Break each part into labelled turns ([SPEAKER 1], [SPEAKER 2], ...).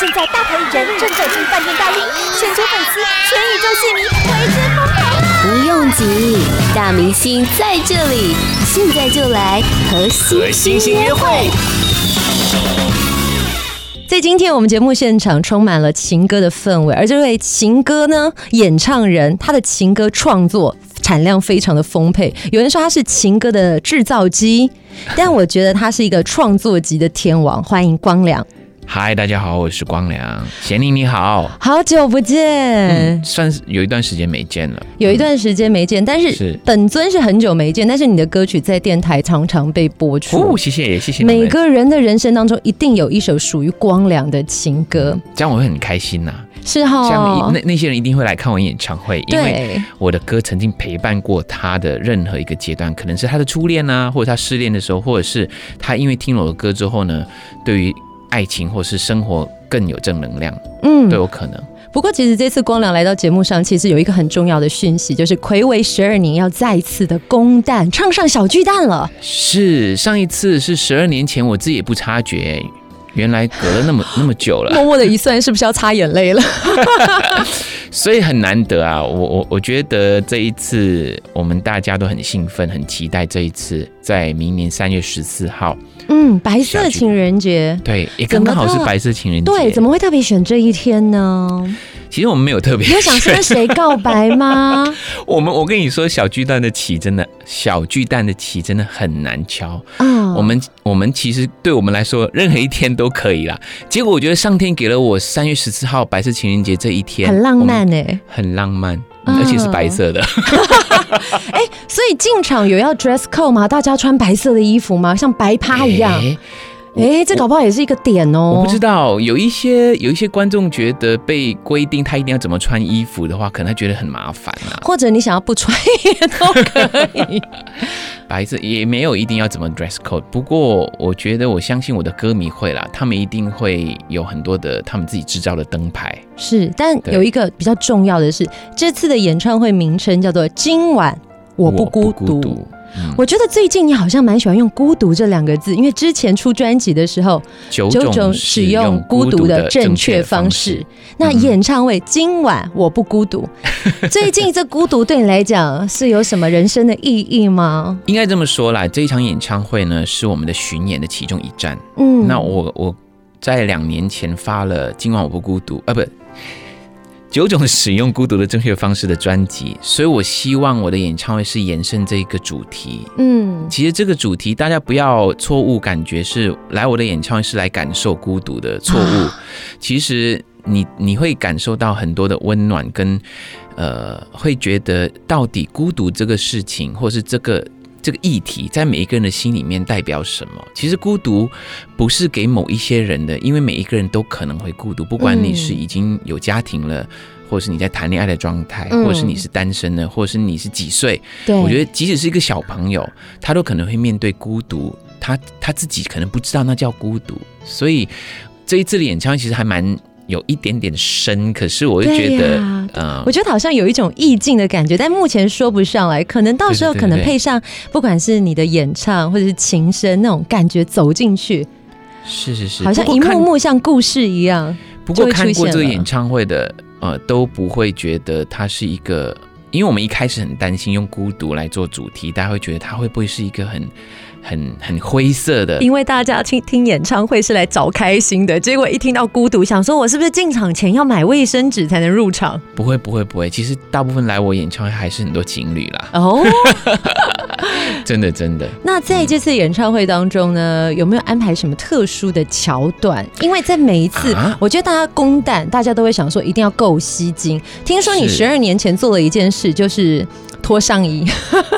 [SPEAKER 1] 现在大牌艺人正走进饭店大厅，全球粉丝、全宇宙戏迷为之啊疯狂啊！
[SPEAKER 2] 不用急，大明星在这里，现在就来和
[SPEAKER 3] 和
[SPEAKER 2] 星
[SPEAKER 3] 星星约会。
[SPEAKER 4] 在今天我们节目现场充满了情歌的氛围，而这位情歌呢演唱人，他的情歌创作产量非常的丰沛。有人说他是情歌的制造机，但我觉得他是一个创作级的天王。欢迎光良，
[SPEAKER 3] 嗨，大家好，我是光良，贤玲你好。
[SPEAKER 4] 好久不见，
[SPEAKER 3] 嗯，算是有一段时间没见了。
[SPEAKER 4] 有一段时间没见，但是
[SPEAKER 3] 是
[SPEAKER 4] 本尊是很久没见，但是你的歌曲在电台常常被播
[SPEAKER 3] 哦，
[SPEAKER 4] 出。
[SPEAKER 3] 谢谢谢谢你们。
[SPEAKER 4] 每个人的人生当中，一定有一首属于光良的情歌，
[SPEAKER 3] 这样我会很开心呐、
[SPEAKER 4] 是
[SPEAKER 3] 这样
[SPEAKER 4] 哈
[SPEAKER 3] 一，那那些人一定会来看我演唱会，因为
[SPEAKER 4] 哦对，
[SPEAKER 3] 我的歌曾经陪伴过他的任何一个阶段，可能是他的初恋啊，或者他失恋的时候，或者是他因为听了我的歌之后呢，对于爱情或是生活更有正能量，
[SPEAKER 4] 嗯
[SPEAKER 3] 都有可能。
[SPEAKER 4] 不过，其实这次光良来到节目上，其实有一个很重要的讯息，就是暌违十二年要再次的公蛋，唱上小巨蛋了。
[SPEAKER 3] 是上一次是十二年前，我自己也不察觉，原来隔了那么那么久了，
[SPEAKER 4] 默默的一算，是不是要擦眼泪了？
[SPEAKER 3] 所以很难得啊！我我我觉得这一次我们大家都很兴奋，很期待这一次在明年三月十四号，
[SPEAKER 4] 嗯，白色情人节。
[SPEAKER 3] 对，也
[SPEAKER 4] 怎
[SPEAKER 3] 刚
[SPEAKER 4] 么
[SPEAKER 3] 刚好是
[SPEAKER 4] 特
[SPEAKER 3] 白色情人节。
[SPEAKER 4] 对，怎么会特别选这一天呢？
[SPEAKER 3] 其实我们没有特别
[SPEAKER 4] 你有想
[SPEAKER 3] 选
[SPEAKER 4] 跟谁告白吗？
[SPEAKER 3] 我们我跟你说，小巨蛋的棋真的，小巨蛋的棋真的很难敲。
[SPEAKER 4] 啊
[SPEAKER 3] 我们我们其实对我们来说，任何一天都可以啦。结果我觉得上天给了我三月十四号白色情人节这一天，
[SPEAKER 4] 很浪
[SPEAKER 3] 我
[SPEAKER 4] 漫
[SPEAKER 3] 们，
[SPEAKER 4] 哎、
[SPEAKER 3] 很浪漫，
[SPEAKER 4] 嗯
[SPEAKER 3] 嗯而且是白色的。
[SPEAKER 4] 所以进场有要 dress code 吗？大家穿白色的衣服吗？像白趴一样？ 哎、
[SPEAKER 3] 诶我
[SPEAKER 4] 这搞不好也是一个点哦、
[SPEAKER 3] 我不知道，有一些有一些观众觉得被规定他一定要怎么穿衣服的话，可能他觉得很麻烦啊。
[SPEAKER 4] 或者你想要不穿也都可 以。
[SPEAKER 3] 白色也没有一定要怎么 dress code，不过我觉得我相信我的歌迷会啦，他们一定会有很多的他们自己制造的灯牌。
[SPEAKER 4] 是，但
[SPEAKER 3] 对
[SPEAKER 4] 有一个比较重要的是，这次的演唱会名称叫做“今晚我不孤独”我
[SPEAKER 3] 嗯，
[SPEAKER 4] 觉得最近你好像蛮喜欢用“孤独”这两个字，因为之前出专辑的时候，
[SPEAKER 3] 九
[SPEAKER 4] 九
[SPEAKER 3] 种
[SPEAKER 4] 种
[SPEAKER 3] 使
[SPEAKER 4] 使
[SPEAKER 3] 用
[SPEAKER 4] 用
[SPEAKER 3] 孤
[SPEAKER 4] 孤
[SPEAKER 3] 独
[SPEAKER 4] 独
[SPEAKER 3] 的
[SPEAKER 4] 的
[SPEAKER 3] 正
[SPEAKER 4] 正
[SPEAKER 3] 确
[SPEAKER 4] 确
[SPEAKER 3] 方
[SPEAKER 4] 方
[SPEAKER 3] 式
[SPEAKER 4] 式。。那
[SPEAKER 3] 嗯
[SPEAKER 4] 演唱会今晚我不孤 独，最近这孤独对你来讲是有什么人生的意义吗？
[SPEAKER 3] 应该这么说啦，这一场演唱会呢是我们的巡演的其中一站。
[SPEAKER 4] 嗯，
[SPEAKER 3] 那我我在两年前发了《今晚我不孤独》啊，不，九种使用孤独的正确方式的专辑，所以我希望我的演唱会是延伸这一个主题。
[SPEAKER 4] 嗯
[SPEAKER 3] 其实这个主题大家不要错误感觉是来我的演唱会是来感受孤独的错误，
[SPEAKER 4] 啊
[SPEAKER 3] 其实你你会感受到很多的温暖跟呃，会觉得到底孤独这个事情，或是这个。这个议题在每一个人的心里面代表什么？其实孤独不是给某一些人的，因为每一个人都可能会孤独，不管你是
[SPEAKER 4] 嗯
[SPEAKER 3] 已经有家庭了，或是你在谈恋爱的状态，
[SPEAKER 4] 嗯
[SPEAKER 3] 或是你是单身的，或是你是几岁，
[SPEAKER 4] 对，
[SPEAKER 3] 我觉得即使是一个小朋友，他都可能会面对孤独，他他自己可能不知道那叫孤独，所以这一次的演唱会其实还蛮有一点点深，可是我就觉
[SPEAKER 4] 对
[SPEAKER 3] 得，
[SPEAKER 4] 呀
[SPEAKER 3] 嗯、
[SPEAKER 4] 我觉得好像有一种意境的感觉，但目前说不上来，可能到时候
[SPEAKER 3] 对对对
[SPEAKER 4] 可能
[SPEAKER 3] 对
[SPEAKER 4] 配上不管是你的演唱或者是琴声那种感觉走进去，
[SPEAKER 3] 是是是，
[SPEAKER 4] 好像
[SPEAKER 3] 不
[SPEAKER 4] 一
[SPEAKER 3] 过看
[SPEAKER 4] 幕幕像故事一样。
[SPEAKER 3] 不
[SPEAKER 4] 就
[SPEAKER 3] 过
[SPEAKER 4] 会
[SPEAKER 3] 看
[SPEAKER 4] 出
[SPEAKER 3] 过
[SPEAKER 4] 现
[SPEAKER 3] 这个
[SPEAKER 4] 了
[SPEAKER 3] 演唱会的，呃，都不会觉得它是一个，因为我们一开始很担心用孤独来做主题，大家会觉得它会不会是一个很很很灰色的，
[SPEAKER 4] 因为大家听听演唱会是来找开心的，结果一听到孤独，想说我是不是进场前要买卫生纸才能入场？
[SPEAKER 3] 不会不会不会，其实大部分来我演唱会还是很多情侣啦，
[SPEAKER 4] 哦，
[SPEAKER 3] 真的真的。
[SPEAKER 4] 那在这次演唱会当中呢，有没有安排什么特殊的桥段？因为在每一次，
[SPEAKER 3] 啊
[SPEAKER 4] 我觉得大家公蛋，大家都会想说一定要够吸睛。听说你
[SPEAKER 3] 是
[SPEAKER 4] 十二年前做了一件事，就是脱上衣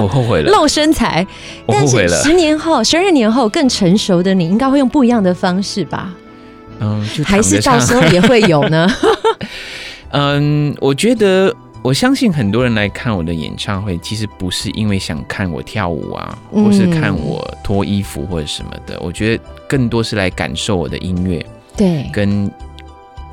[SPEAKER 3] 我后悔了，
[SPEAKER 4] 露身材，
[SPEAKER 3] 我后
[SPEAKER 4] 但
[SPEAKER 3] 悔
[SPEAKER 4] 是
[SPEAKER 3] 了。
[SPEAKER 4] 十年后、十二年后更成熟的你，应该会用不一样的方式吧？
[SPEAKER 3] 嗯，就
[SPEAKER 4] 还
[SPEAKER 3] 躺
[SPEAKER 4] 是
[SPEAKER 3] 着
[SPEAKER 4] 到
[SPEAKER 3] 唱。
[SPEAKER 4] 时候也会有呢？
[SPEAKER 3] 嗯，我觉得我相信很多人来看我的演唱会，其实不是因为想看我跳舞啊，
[SPEAKER 4] 嗯
[SPEAKER 3] 或是看我脱衣服或者什么的。我觉得更多是来感受我的音乐，
[SPEAKER 4] 对，
[SPEAKER 3] 跟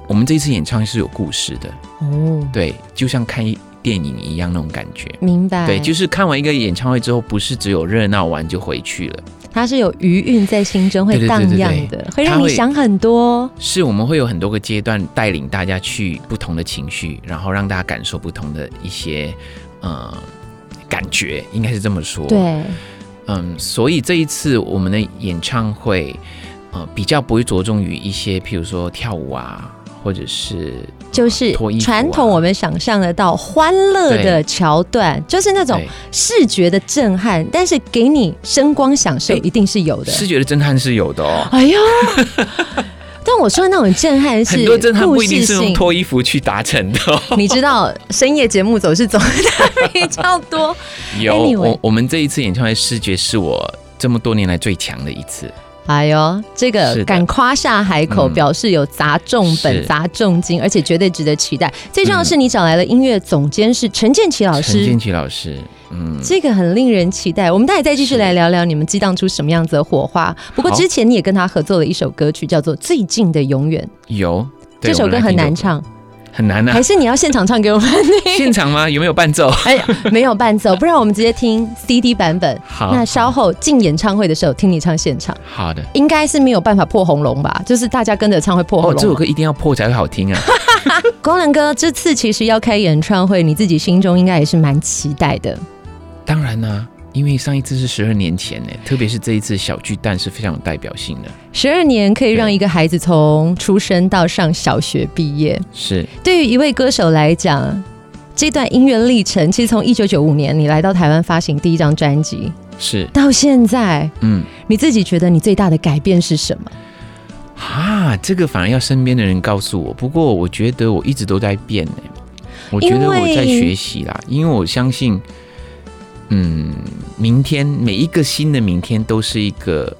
[SPEAKER 3] 我们这一次演唱会是有故事的，
[SPEAKER 4] 哦，
[SPEAKER 3] 对，就像看一电影一样那种感觉。
[SPEAKER 4] 明白。
[SPEAKER 3] 对，就是是看完一个演唱会之后，不是只有热闹完就回去了，
[SPEAKER 4] 它是有余韵在心中，会
[SPEAKER 3] 对对对
[SPEAKER 4] 荡
[SPEAKER 3] 对
[SPEAKER 4] 漾的，
[SPEAKER 3] 对
[SPEAKER 4] 会
[SPEAKER 3] 它
[SPEAKER 4] 让你
[SPEAKER 3] 会
[SPEAKER 4] 想很多。
[SPEAKER 3] 是我们会有很多个阶段带领大家去不同的情绪，然后让大家感受不同的一些呃感觉，应该是这么说。，
[SPEAKER 4] 对，
[SPEAKER 3] 嗯，所以这一次我们的演唱会，呃，比较不会着重于一些，譬如说跳舞啊，或者是
[SPEAKER 4] 就是
[SPEAKER 3] 脱衣服啊
[SPEAKER 4] 传统我们想象得到欢乐的桥段，就是那种
[SPEAKER 3] 对
[SPEAKER 4] 视觉的震撼，但是给你声光享受
[SPEAKER 3] 哎
[SPEAKER 4] 一定是有的。
[SPEAKER 3] 视觉的震撼是有的哦。
[SPEAKER 4] 哎呦！ 但我说的那种震撼是
[SPEAKER 3] 很多震撼
[SPEAKER 4] 故
[SPEAKER 3] 不
[SPEAKER 4] 事
[SPEAKER 3] 一定是
[SPEAKER 4] 性，
[SPEAKER 3] 用脱衣服去达成的哦、
[SPEAKER 4] 你知道深夜节目走是走的比较多，
[SPEAKER 3] 有
[SPEAKER 4] Anyway
[SPEAKER 3] 我我们这一次演唱会视觉是我这么多年来最强的一次。
[SPEAKER 4] 哎呦，这
[SPEAKER 3] 是
[SPEAKER 4] 个
[SPEAKER 3] 的
[SPEAKER 4] 敢夸下海口，
[SPEAKER 3] 嗯
[SPEAKER 4] 表示有砸重本、
[SPEAKER 3] 是
[SPEAKER 4] 砸重金，而且绝对值得期待。最重要的是，你找来了音乐总监是陈建奇老
[SPEAKER 3] 陈
[SPEAKER 4] 师
[SPEAKER 3] 建。奇老师，嗯，
[SPEAKER 4] 这个很令人期待，我们待会再继续
[SPEAKER 3] 是
[SPEAKER 4] 来聊聊你们激荡出什么样子的火花。不过
[SPEAKER 3] 好
[SPEAKER 4] 之前你也跟他合作了一首歌曲，叫做《最近的永远》，
[SPEAKER 3] 有对
[SPEAKER 4] 这首
[SPEAKER 3] 我们
[SPEAKER 4] 歌
[SPEAKER 3] 来
[SPEAKER 4] 很
[SPEAKER 3] 听这
[SPEAKER 4] 难
[SPEAKER 3] 首歌
[SPEAKER 4] 唱，
[SPEAKER 3] 很难啊
[SPEAKER 4] 还。是你要现场唱给我们 听？
[SPEAKER 3] 现场吗？有没有 伴奏？
[SPEAKER 4] 哎呀，没有伴奏，不然我们直接听 CD 版本。
[SPEAKER 3] 好
[SPEAKER 4] 那稍后进演唱会的时候听你唱现场，
[SPEAKER 3] 好的。
[SPEAKER 4] 应该是没有办法破红龙吧？就是大家跟着唱会破
[SPEAKER 3] 哦，
[SPEAKER 4] 红
[SPEAKER 3] 这首
[SPEAKER 4] 龙。
[SPEAKER 3] 歌一定要破才会好听啊！
[SPEAKER 4] 光良哥这次其实要开演唱会，你自己心中应该也是蛮期待的。
[SPEAKER 3] 当然啦、因为上一次是十二年前呢，特别是这一次小巨蛋是非常有代表性的。
[SPEAKER 4] 十二年可以让
[SPEAKER 3] 对
[SPEAKER 4] 一个孩子从出生到上小学毕业，
[SPEAKER 3] 是
[SPEAKER 4] 对于一位歌手来讲，这段音乐历程其实从一九九五年你来到台湾发行第一张专辑
[SPEAKER 3] 是，
[SPEAKER 4] 到现在，
[SPEAKER 3] 嗯
[SPEAKER 4] 你自己觉得你最大的改变是什么？
[SPEAKER 3] 啊，这个反而要身边的人告诉我。不过我觉得我一直都在变呢，我觉
[SPEAKER 4] 因
[SPEAKER 3] 得
[SPEAKER 4] 为
[SPEAKER 3] 我在学习啦，因为我相信，嗯，明天每一个新的明天都是一个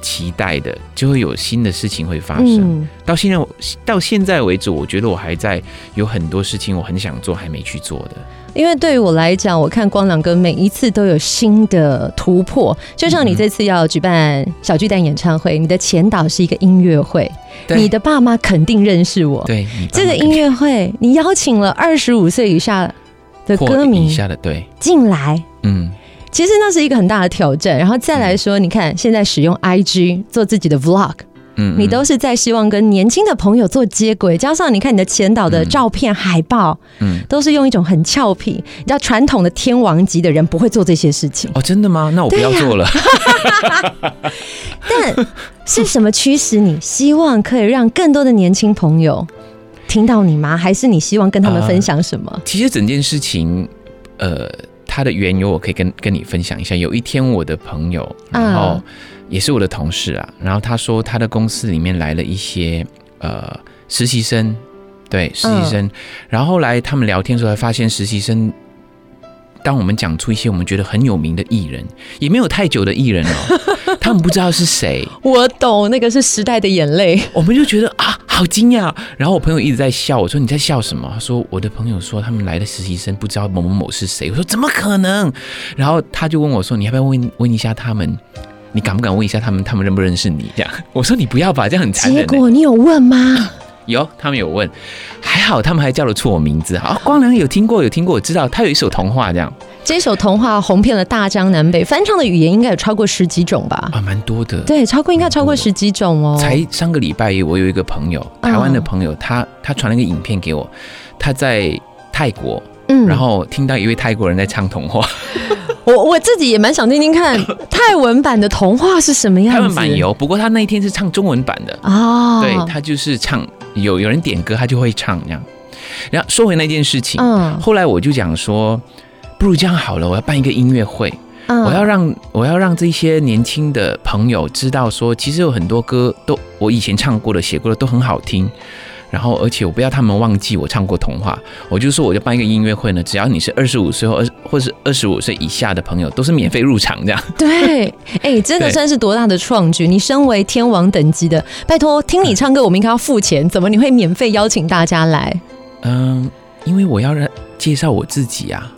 [SPEAKER 3] 期待的，就会有新的事情会发生。
[SPEAKER 4] 嗯，
[SPEAKER 3] 到现在我到现在为止，我觉得我还在有很多事情我很想做还没去做的。
[SPEAKER 4] 因为对于我来讲，我看光良哥每一次都有新的突破，就像你这次要举办小巨蛋演唱会，你的前导是一个音乐会，
[SPEAKER 3] 对
[SPEAKER 4] 你的爸妈肯定认识我。
[SPEAKER 3] 对你帮
[SPEAKER 4] 这个
[SPEAKER 3] 我
[SPEAKER 4] 音乐会，你邀请了二十五岁以下的
[SPEAKER 3] 破
[SPEAKER 4] 歌
[SPEAKER 3] 一
[SPEAKER 4] 迷
[SPEAKER 3] 下的对，
[SPEAKER 4] 进来，
[SPEAKER 3] 嗯，
[SPEAKER 4] 其实那是一个很大的挑战。然后再来说，你看现在使用 IG 做自己的 vlog，
[SPEAKER 3] 嗯，
[SPEAKER 4] 你都是在希望跟年轻的朋友做接轨，加上你看你的前导的
[SPEAKER 3] 嗯
[SPEAKER 4] 照片、海报，
[SPEAKER 3] 嗯
[SPEAKER 4] 都是用一种很俏皮，你知道传统的天王级的人不会做这些事情
[SPEAKER 3] 。哦，真的吗？那我不
[SPEAKER 4] 对呀
[SPEAKER 3] 要做了。
[SPEAKER 4] 但是什么驱使你希望可以让更多的年轻朋友听到你吗？还是你希望跟他
[SPEAKER 3] 啊
[SPEAKER 4] 们分享什么？
[SPEAKER 3] 其实整件事情，呃，它的缘由我可以跟跟你分享一下。有一天，我的朋友，然后
[SPEAKER 4] 啊
[SPEAKER 3] 也是我的同事啊，然后他说他的公司里面来了一些呃实习生，对实习生，然后后来他们聊天的时候才发现实习生。当我们讲出一些我们觉得很有名的艺人，也没有太久的艺人哦，他们不知道是谁，
[SPEAKER 4] 我懂，那个是时代的眼泪。
[SPEAKER 3] 我们就觉得啊，好惊讶。然后我朋友一直在笑，我说你在笑什么？他说我的朋友说他们来的实习生不知道某某某是谁。我说怎么可能？然后他就问我说你要不要问问一下他们？你敢不敢问一下他们？他们认不认识你？这样，我说你不要吧，这样很残忍
[SPEAKER 4] 结
[SPEAKER 3] 欸。
[SPEAKER 4] 果你有问吗？
[SPEAKER 3] 有，他们有问，还好他们还叫得出我名字。啊，光良有听过，有听过，我知道他有一首童话这样
[SPEAKER 4] 这首童话红遍了大江南北，翻唱的语言应该有超过十几种吧？
[SPEAKER 3] 啊，蛮多的。
[SPEAKER 4] 对，超过应该超过十几种哦。
[SPEAKER 3] 才上个礼拜，我有一个朋友，
[SPEAKER 4] 嗯
[SPEAKER 3] 台湾的朋友，他他传了一个影片给我，他在泰国，
[SPEAKER 4] 嗯
[SPEAKER 3] 然后听到一位泰国人在唱童话，
[SPEAKER 4] 我我自己也蛮想听听 看泰文版的童话是什么样
[SPEAKER 3] 台
[SPEAKER 4] 子。
[SPEAKER 3] 湾版有，不过他那一天是唱中文版的，
[SPEAKER 4] 啊，
[SPEAKER 3] 对他就是唱有有人点歌，他就会唱这样。然后说回那件事情，
[SPEAKER 4] 嗯
[SPEAKER 3] 后来我就讲说，不如这样好了，我要办一个音乐会，
[SPEAKER 4] 嗯
[SPEAKER 3] 我要让我要让这些年轻的朋友知道说，其实有很多歌都我以前唱过的、写过的都很好听。然后，而且我不要他们忘记我唱过童话。我就说，我就办一个音乐会呢，只要你是二十五岁或二或是二十五岁以下的朋友，都是免费入场这样。
[SPEAKER 4] 对，哎、真的
[SPEAKER 3] 对
[SPEAKER 4] 算是多大的创举！你身为天王等级的，拜托，听
[SPEAKER 3] 嗯
[SPEAKER 4] 你唱歌我们应该要付钱，怎么你会免费邀请大家来？
[SPEAKER 3] 嗯，因为我要让介绍我自己啊。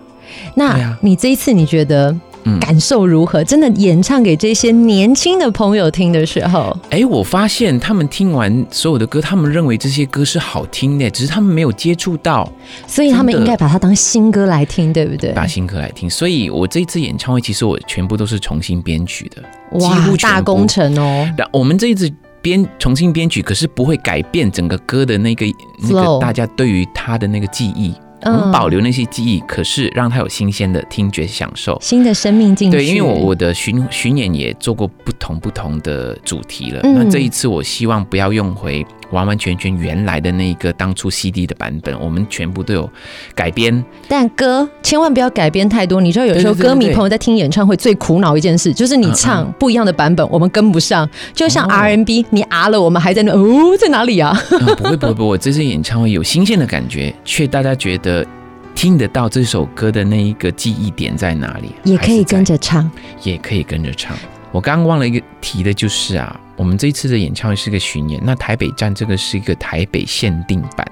[SPEAKER 4] 那、
[SPEAKER 3] 对啊嗯
[SPEAKER 4] 你这一次你觉得感受如何？真的演唱给这些年轻的朋友听的时候，
[SPEAKER 3] 哎，我发现他们听完所有的歌，他们认为这些歌是好听的，只是他们没有接触到
[SPEAKER 4] 所以他们
[SPEAKER 3] 真的
[SPEAKER 4] 应该把它当新歌来听，对不对？
[SPEAKER 3] 大新歌来听。所以我这一次演唱会，其实我全部都是重新编曲的，几
[SPEAKER 4] 哇
[SPEAKER 3] 乎，全
[SPEAKER 4] 大
[SPEAKER 3] 部
[SPEAKER 4] 工。程哦！
[SPEAKER 3] 那我们这一次编重新编曲，可是不会改变整个歌的那个那
[SPEAKER 4] Flow 嗯
[SPEAKER 3] 个大家对于它的那个记忆，我们保留那些记忆，可是让它有新鲜的听觉享受。
[SPEAKER 4] 新的生命进去。
[SPEAKER 3] 对，因为我我的巡巡演也做过不同不同的主题了。
[SPEAKER 4] 嗯
[SPEAKER 3] 那这一次我希望不要用回完完全全原来的那一个当初 CD 的版本，我们全部都有改编。
[SPEAKER 4] 但歌千万不要改编太多，你知道有时候
[SPEAKER 3] 对对对
[SPEAKER 4] 歌迷
[SPEAKER 3] 对
[SPEAKER 4] 朋友在听演唱会最苦恼一件事，就是你唱不一样的版本，我们跟不上。就像
[SPEAKER 3] 哦
[SPEAKER 4] R&B，你啊了，我们还在那哦，在哪里啊？
[SPEAKER 3] 嗯不会不会不会，我这次演唱会有新鲜的感觉，却大家觉得听得到这首歌的那一个记忆点在哪里，
[SPEAKER 4] 也可
[SPEAKER 3] 还
[SPEAKER 4] 以
[SPEAKER 3] 是在
[SPEAKER 4] 跟着唱，
[SPEAKER 3] 也可以跟着唱。我刚刚忘了一个提的就是啊，我们这一次的演唱会是个巡演，那台北站这个是一个台北限定版。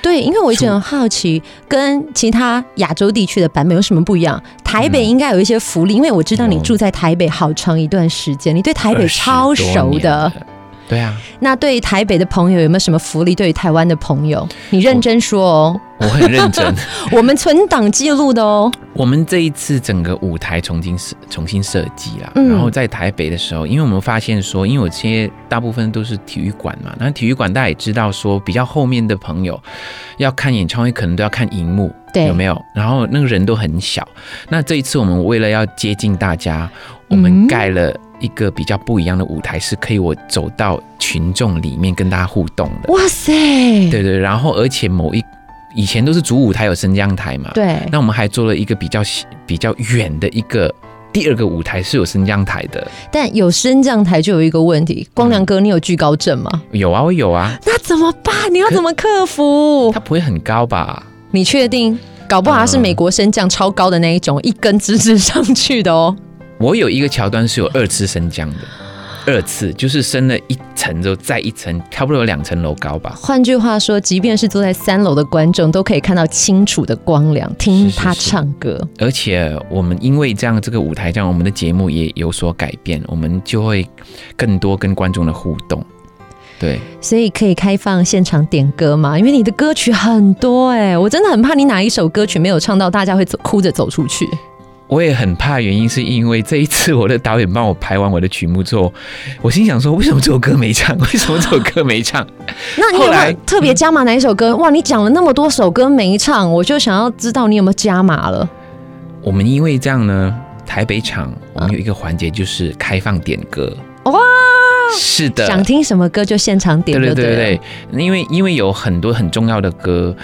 [SPEAKER 4] 对，因为我一直很好奇，跟其他亚洲地区的版本有什么不一样？台北应该有一些福利，因为我知道你
[SPEAKER 3] 有
[SPEAKER 4] 住在台北好长一段时间，你对台北超
[SPEAKER 3] 20多
[SPEAKER 4] 熟
[SPEAKER 3] 年
[SPEAKER 4] 的。。
[SPEAKER 3] 对啊，
[SPEAKER 4] 那对台北的朋友有没有什么福利？对于台湾的朋友，你认真说哦，
[SPEAKER 3] 我很认真。
[SPEAKER 4] 我们存档记录的哦。
[SPEAKER 3] 我们这一次整个舞台重新设重新设计啦，
[SPEAKER 4] 嗯
[SPEAKER 3] 然后在台北的时候，因为我们发现说，因为我这些大部分都是体育馆嘛，那体育馆大家也知道说，比较后面的朋友要看演唱会，可能都要看荧幕，
[SPEAKER 4] 对
[SPEAKER 3] 有没有？然后那个人都很小。那这一次我们为了要接近大家，我们盖了一个比较不一样的舞台，是可以我走到群众里面跟大家互动的。
[SPEAKER 4] 哇塞，
[SPEAKER 3] 对对，然后而且某一以前都是主舞台有升降台嘛，
[SPEAKER 4] 对，
[SPEAKER 3] 那我们还做了一个比较西比较远的一个第二个舞台是有升降台的，
[SPEAKER 4] 但有升降台就有一个问题，光良哥，你有惧高症吗？
[SPEAKER 3] 有啊，我有啊，
[SPEAKER 4] 那怎么办？你要怎么克服？
[SPEAKER 3] 它不会很高吧？
[SPEAKER 4] 你确定？搞不好他是美国升降超高的那一种，一根直直上去的哦。
[SPEAKER 3] 我有一个桥段是有二次升降的，二次就是升了一层之后再一层，差不多有两层楼高吧。
[SPEAKER 4] 换句话说，即便是坐在三楼的观众，都可以看到清楚的光良，听他唱歌。
[SPEAKER 3] 而且我们因为这样这个舞台这样，我们的节目也有所改变，我们就会更多跟观众的互动。对，
[SPEAKER 4] 所以可以开放现场点歌吗？因为你的歌曲很多哎、我真的很怕你哪一首歌曲没有唱到，大家会走哭着走出去。
[SPEAKER 3] 我也很怕，原因是因为这一次我的导演帮我排完我的曲目之后，我心想说，为什么这首歌没唱？ 为什么这首歌没唱？
[SPEAKER 4] 那你有
[SPEAKER 3] 后
[SPEAKER 4] 没
[SPEAKER 3] 来
[SPEAKER 4] 有特别加码哪一首歌？哇，你讲了那么多首歌没唱，我就想要知道你有没有加码了。
[SPEAKER 3] 我们因为这样呢，台北场我们有一个环节就是开放点歌。
[SPEAKER 4] 哇！
[SPEAKER 3] 是的，
[SPEAKER 4] 想听什么歌就现场点
[SPEAKER 3] 对
[SPEAKER 4] 就
[SPEAKER 3] 对
[SPEAKER 4] 了。
[SPEAKER 3] 对对，因为因为有很多很重要的歌，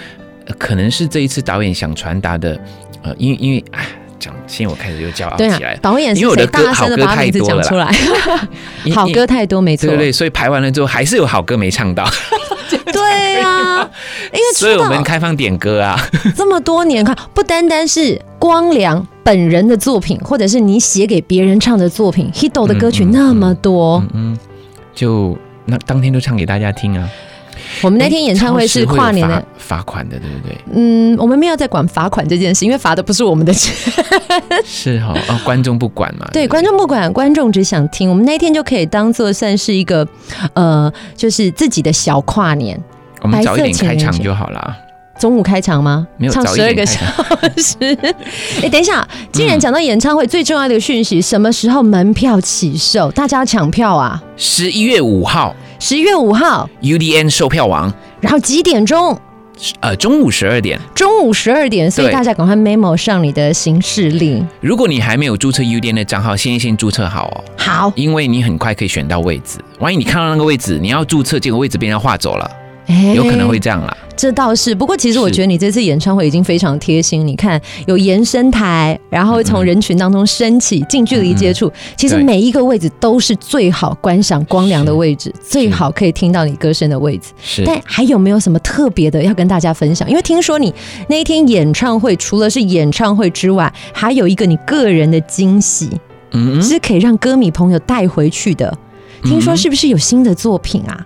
[SPEAKER 3] 呃可能是这一次导演想传达的，呃，因为因为哎，讲现在我开始又骄傲
[SPEAKER 4] 对
[SPEAKER 3] 起来
[SPEAKER 4] 啊
[SPEAKER 3] 了，，
[SPEAKER 4] 导演
[SPEAKER 3] 因
[SPEAKER 4] 是
[SPEAKER 3] 为我
[SPEAKER 4] 谁
[SPEAKER 3] 的
[SPEAKER 4] 大声
[SPEAKER 3] 歌
[SPEAKER 4] 的
[SPEAKER 3] 好歌
[SPEAKER 4] 把名字
[SPEAKER 3] 太多
[SPEAKER 4] 讲
[SPEAKER 3] 了
[SPEAKER 4] 出来？
[SPEAKER 3] 因
[SPEAKER 4] 好。
[SPEAKER 3] 因
[SPEAKER 4] 歌哦太多，没错
[SPEAKER 3] 对，对对，所以排完了之后还是有好歌没唱到，
[SPEAKER 4] 对啊，因为
[SPEAKER 3] 所以
[SPEAKER 4] 出
[SPEAKER 3] 我们
[SPEAKER 4] 道
[SPEAKER 3] 开放点歌啊。
[SPEAKER 4] 这么多年，看不单单是光良本人的作品，或者是你写给别人唱的作品，Hito 的歌曲
[SPEAKER 3] 嗯嗯
[SPEAKER 4] 那么多，
[SPEAKER 3] 嗯嗯，就那当天就唱给大家听啊。
[SPEAKER 4] 我们那天演唱会是跨年的
[SPEAKER 3] 哎诶超市，会有罚罚款的，对不 对？
[SPEAKER 4] 嗯，我们没有在管罚款这件事，因为罚的不是我们的钱。
[SPEAKER 3] 是哈、哦，观众不管嘛。
[SPEAKER 4] 对，
[SPEAKER 3] 不
[SPEAKER 4] 观众不管，观众只想听。我们那一天就可以当做算是一个，呃，就是自己的小跨年。
[SPEAKER 3] 我们早一
[SPEAKER 4] 白
[SPEAKER 3] 点
[SPEAKER 4] 色情
[SPEAKER 3] 开
[SPEAKER 4] 人
[SPEAKER 3] 场
[SPEAKER 4] 节
[SPEAKER 3] 就好啦。
[SPEAKER 4] 中午开场吗？
[SPEAKER 3] 没有
[SPEAKER 4] 唱
[SPEAKER 3] 早一
[SPEAKER 4] 十二个
[SPEAKER 3] 点开
[SPEAKER 4] 小
[SPEAKER 3] 场。
[SPEAKER 4] 时。哎、等一下，既然讲到演唱会，最重要的一个讯息，什么时候门票起售？大家要抢票啊！
[SPEAKER 3] 十一月五号
[SPEAKER 4] 十一月五号，
[SPEAKER 3] ，UDN 售票网，
[SPEAKER 4] 然后几点钟？
[SPEAKER 3] 呃，中午十二点。
[SPEAKER 4] 中午十二点，所以
[SPEAKER 3] 对
[SPEAKER 4] 大家赶快 memo 上你的行事历。
[SPEAKER 3] 如果你还没有注册 UDN 的账号，现在先注册好哦，
[SPEAKER 4] 好，
[SPEAKER 3] 因为你很快可以选到位置。万一你看到那个位置，你要注册，结果位置被人家划走了，
[SPEAKER 4] 哎
[SPEAKER 3] 有可能会这样啦。
[SPEAKER 4] 这倒是，不过其实
[SPEAKER 3] 是
[SPEAKER 4] 我觉得你这次演唱会已经非常贴心。你看，有延伸台，然后从人群当中升起，近距离接触。其实
[SPEAKER 3] 嗯对
[SPEAKER 4] 每一个位置都是最好观赏光良的位置，最好可以听到你歌声的位置。
[SPEAKER 3] 是，
[SPEAKER 4] 但还有没有什么特别的要跟大家分享？因为听说你那一天演唱会，除了是演唱会之外，还有一个你个人的惊喜，
[SPEAKER 3] 嗯嗯
[SPEAKER 4] 是可以让歌迷朋友带回去的。听说是不是有新的作品啊？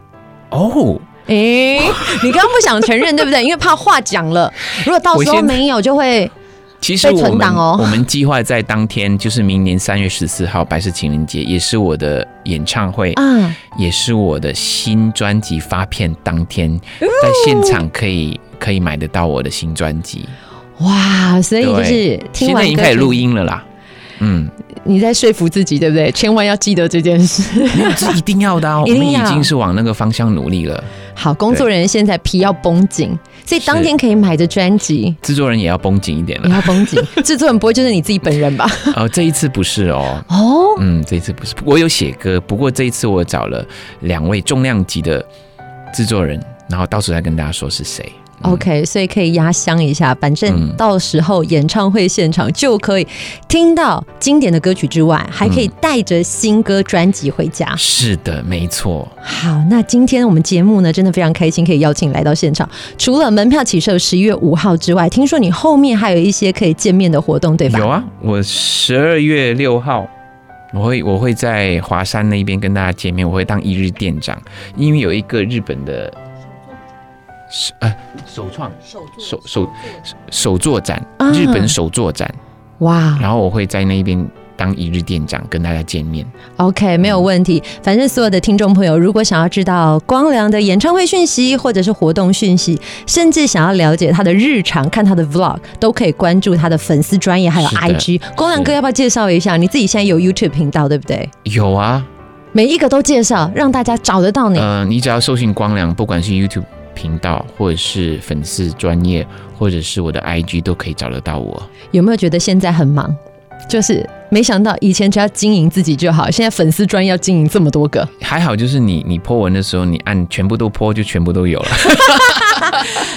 [SPEAKER 3] 哦，
[SPEAKER 4] 诶，你刚刚不想承认对不对？因为怕话讲了，如果到时候
[SPEAKER 3] 我先
[SPEAKER 4] 没有就会
[SPEAKER 3] 其实
[SPEAKER 4] 被
[SPEAKER 3] 我
[SPEAKER 4] 存
[SPEAKER 3] 们、
[SPEAKER 4] 档哦
[SPEAKER 3] 我们计划在当天，就是明年三月十四号白色情人节，也是我的演唱会，
[SPEAKER 4] 啊，
[SPEAKER 3] 也是我的新专辑发片当天，在现场可以可以买得到我的新专辑。
[SPEAKER 4] 哇！所以就是
[SPEAKER 3] 对，
[SPEAKER 4] 听
[SPEAKER 3] 现在
[SPEAKER 4] 完
[SPEAKER 3] 已经
[SPEAKER 4] 歌
[SPEAKER 3] 开始
[SPEAKER 4] 曲
[SPEAKER 3] 录，音了啦。 嗯，
[SPEAKER 4] 你在说服自己，对不对？千万要记得这件事。
[SPEAKER 3] 没有这一定要的、啊，我
[SPEAKER 4] 一
[SPEAKER 3] 们
[SPEAKER 4] 定
[SPEAKER 3] 已
[SPEAKER 4] 要
[SPEAKER 3] 经是往那个方向努力了。
[SPEAKER 4] 好，工作人员现在皮要绷紧，所以当天可以买的专辑
[SPEAKER 3] 制作人也要绷紧一点
[SPEAKER 4] 也
[SPEAKER 3] 了。
[SPEAKER 4] 要绷紧。制作人不会就是你自己本人吧？
[SPEAKER 3] 哦，这一次不是哦，
[SPEAKER 4] 哦，
[SPEAKER 3] 嗯，这一次不是，我有写歌，不过这一次我找了两位重量级的制作人，然后到时候再跟大家说是谁。
[SPEAKER 4] OK，所以可以压箱一下，反正
[SPEAKER 3] 嗯
[SPEAKER 4] 到时候演唱会现场就可以听到经典的歌曲之外，还可以带着新歌专辑回家。
[SPEAKER 3] 是的，没错，
[SPEAKER 4] 好，那今天我们节目呢，真的非常开心，可以邀请你来到现场。除了门票起售十一月五号之外，听说你后面还有一些可以见面的活动，对吧？
[SPEAKER 3] 有啊，我十二月六号。我会我会在华山那边跟大家见面，我会当一日店长，因为有一个日本的手呃首创手手手作展，
[SPEAKER 4] 啊
[SPEAKER 3] 日本手作展，
[SPEAKER 4] 哇
[SPEAKER 3] 然后我会在那边当一日店长跟大家见面。
[SPEAKER 4] ，OK，没有问题。反正所有的听众朋友，如果想要知道光良的演唱会讯息，或者是活动讯息，甚至想要了解他的日常，看他的 Vlog，都可以关注他的粉丝专业还有
[SPEAKER 3] 是的
[SPEAKER 4] IG。光良哥
[SPEAKER 3] 是
[SPEAKER 4] 要不要介绍一下？你自己现在有 YouTube 频道，对不对？
[SPEAKER 3] 有啊，
[SPEAKER 4] 每一个都介绍，让大家找得到你。
[SPEAKER 3] 呃，你只要搜寻光良，不管是 YouTube 频道，或者是粉丝专业，或者是我的 IG，都可以找得到我。
[SPEAKER 4] 有没有觉得现在很忙？就是没想到以前只要经营自己就好，现在粉丝专业要经营这么多个。
[SPEAKER 3] 还好，就是你你破文的时候，你按全部都破，就全部都有了。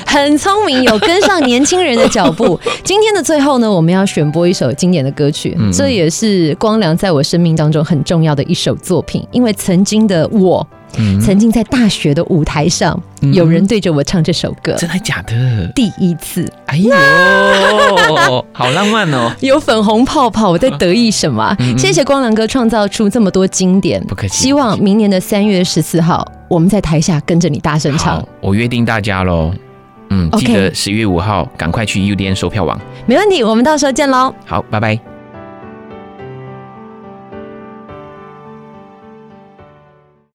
[SPEAKER 4] 很聪明，有跟上年轻人的脚 步。今天的最后呢，我们要选播一首经典的歌曲，
[SPEAKER 3] 嗯
[SPEAKER 4] 这也是光良在我生命当中很重要的一首作品。因为曾经的我，
[SPEAKER 3] 嗯
[SPEAKER 4] 曾经在大学的舞台上，
[SPEAKER 3] 嗯
[SPEAKER 4] 有人对着我唱这首歌，
[SPEAKER 3] 真的假的？
[SPEAKER 4] 第一次
[SPEAKER 3] 哎呦， 好浪漫哦！
[SPEAKER 4] 有粉红泡泡，我在得意什么啊？谢谢光良哥创造出这么多经典，
[SPEAKER 3] 嗯不客气
[SPEAKER 4] 希望明年的三月十四号，我们在台下跟着你大声唱
[SPEAKER 3] 好，，我约定大家喽。嗯，记
[SPEAKER 4] OK
[SPEAKER 3] 得十月五号赶快去 UDN 售票网。
[SPEAKER 4] 没问题，我们到时候见喽。
[SPEAKER 3] 好，拜拜。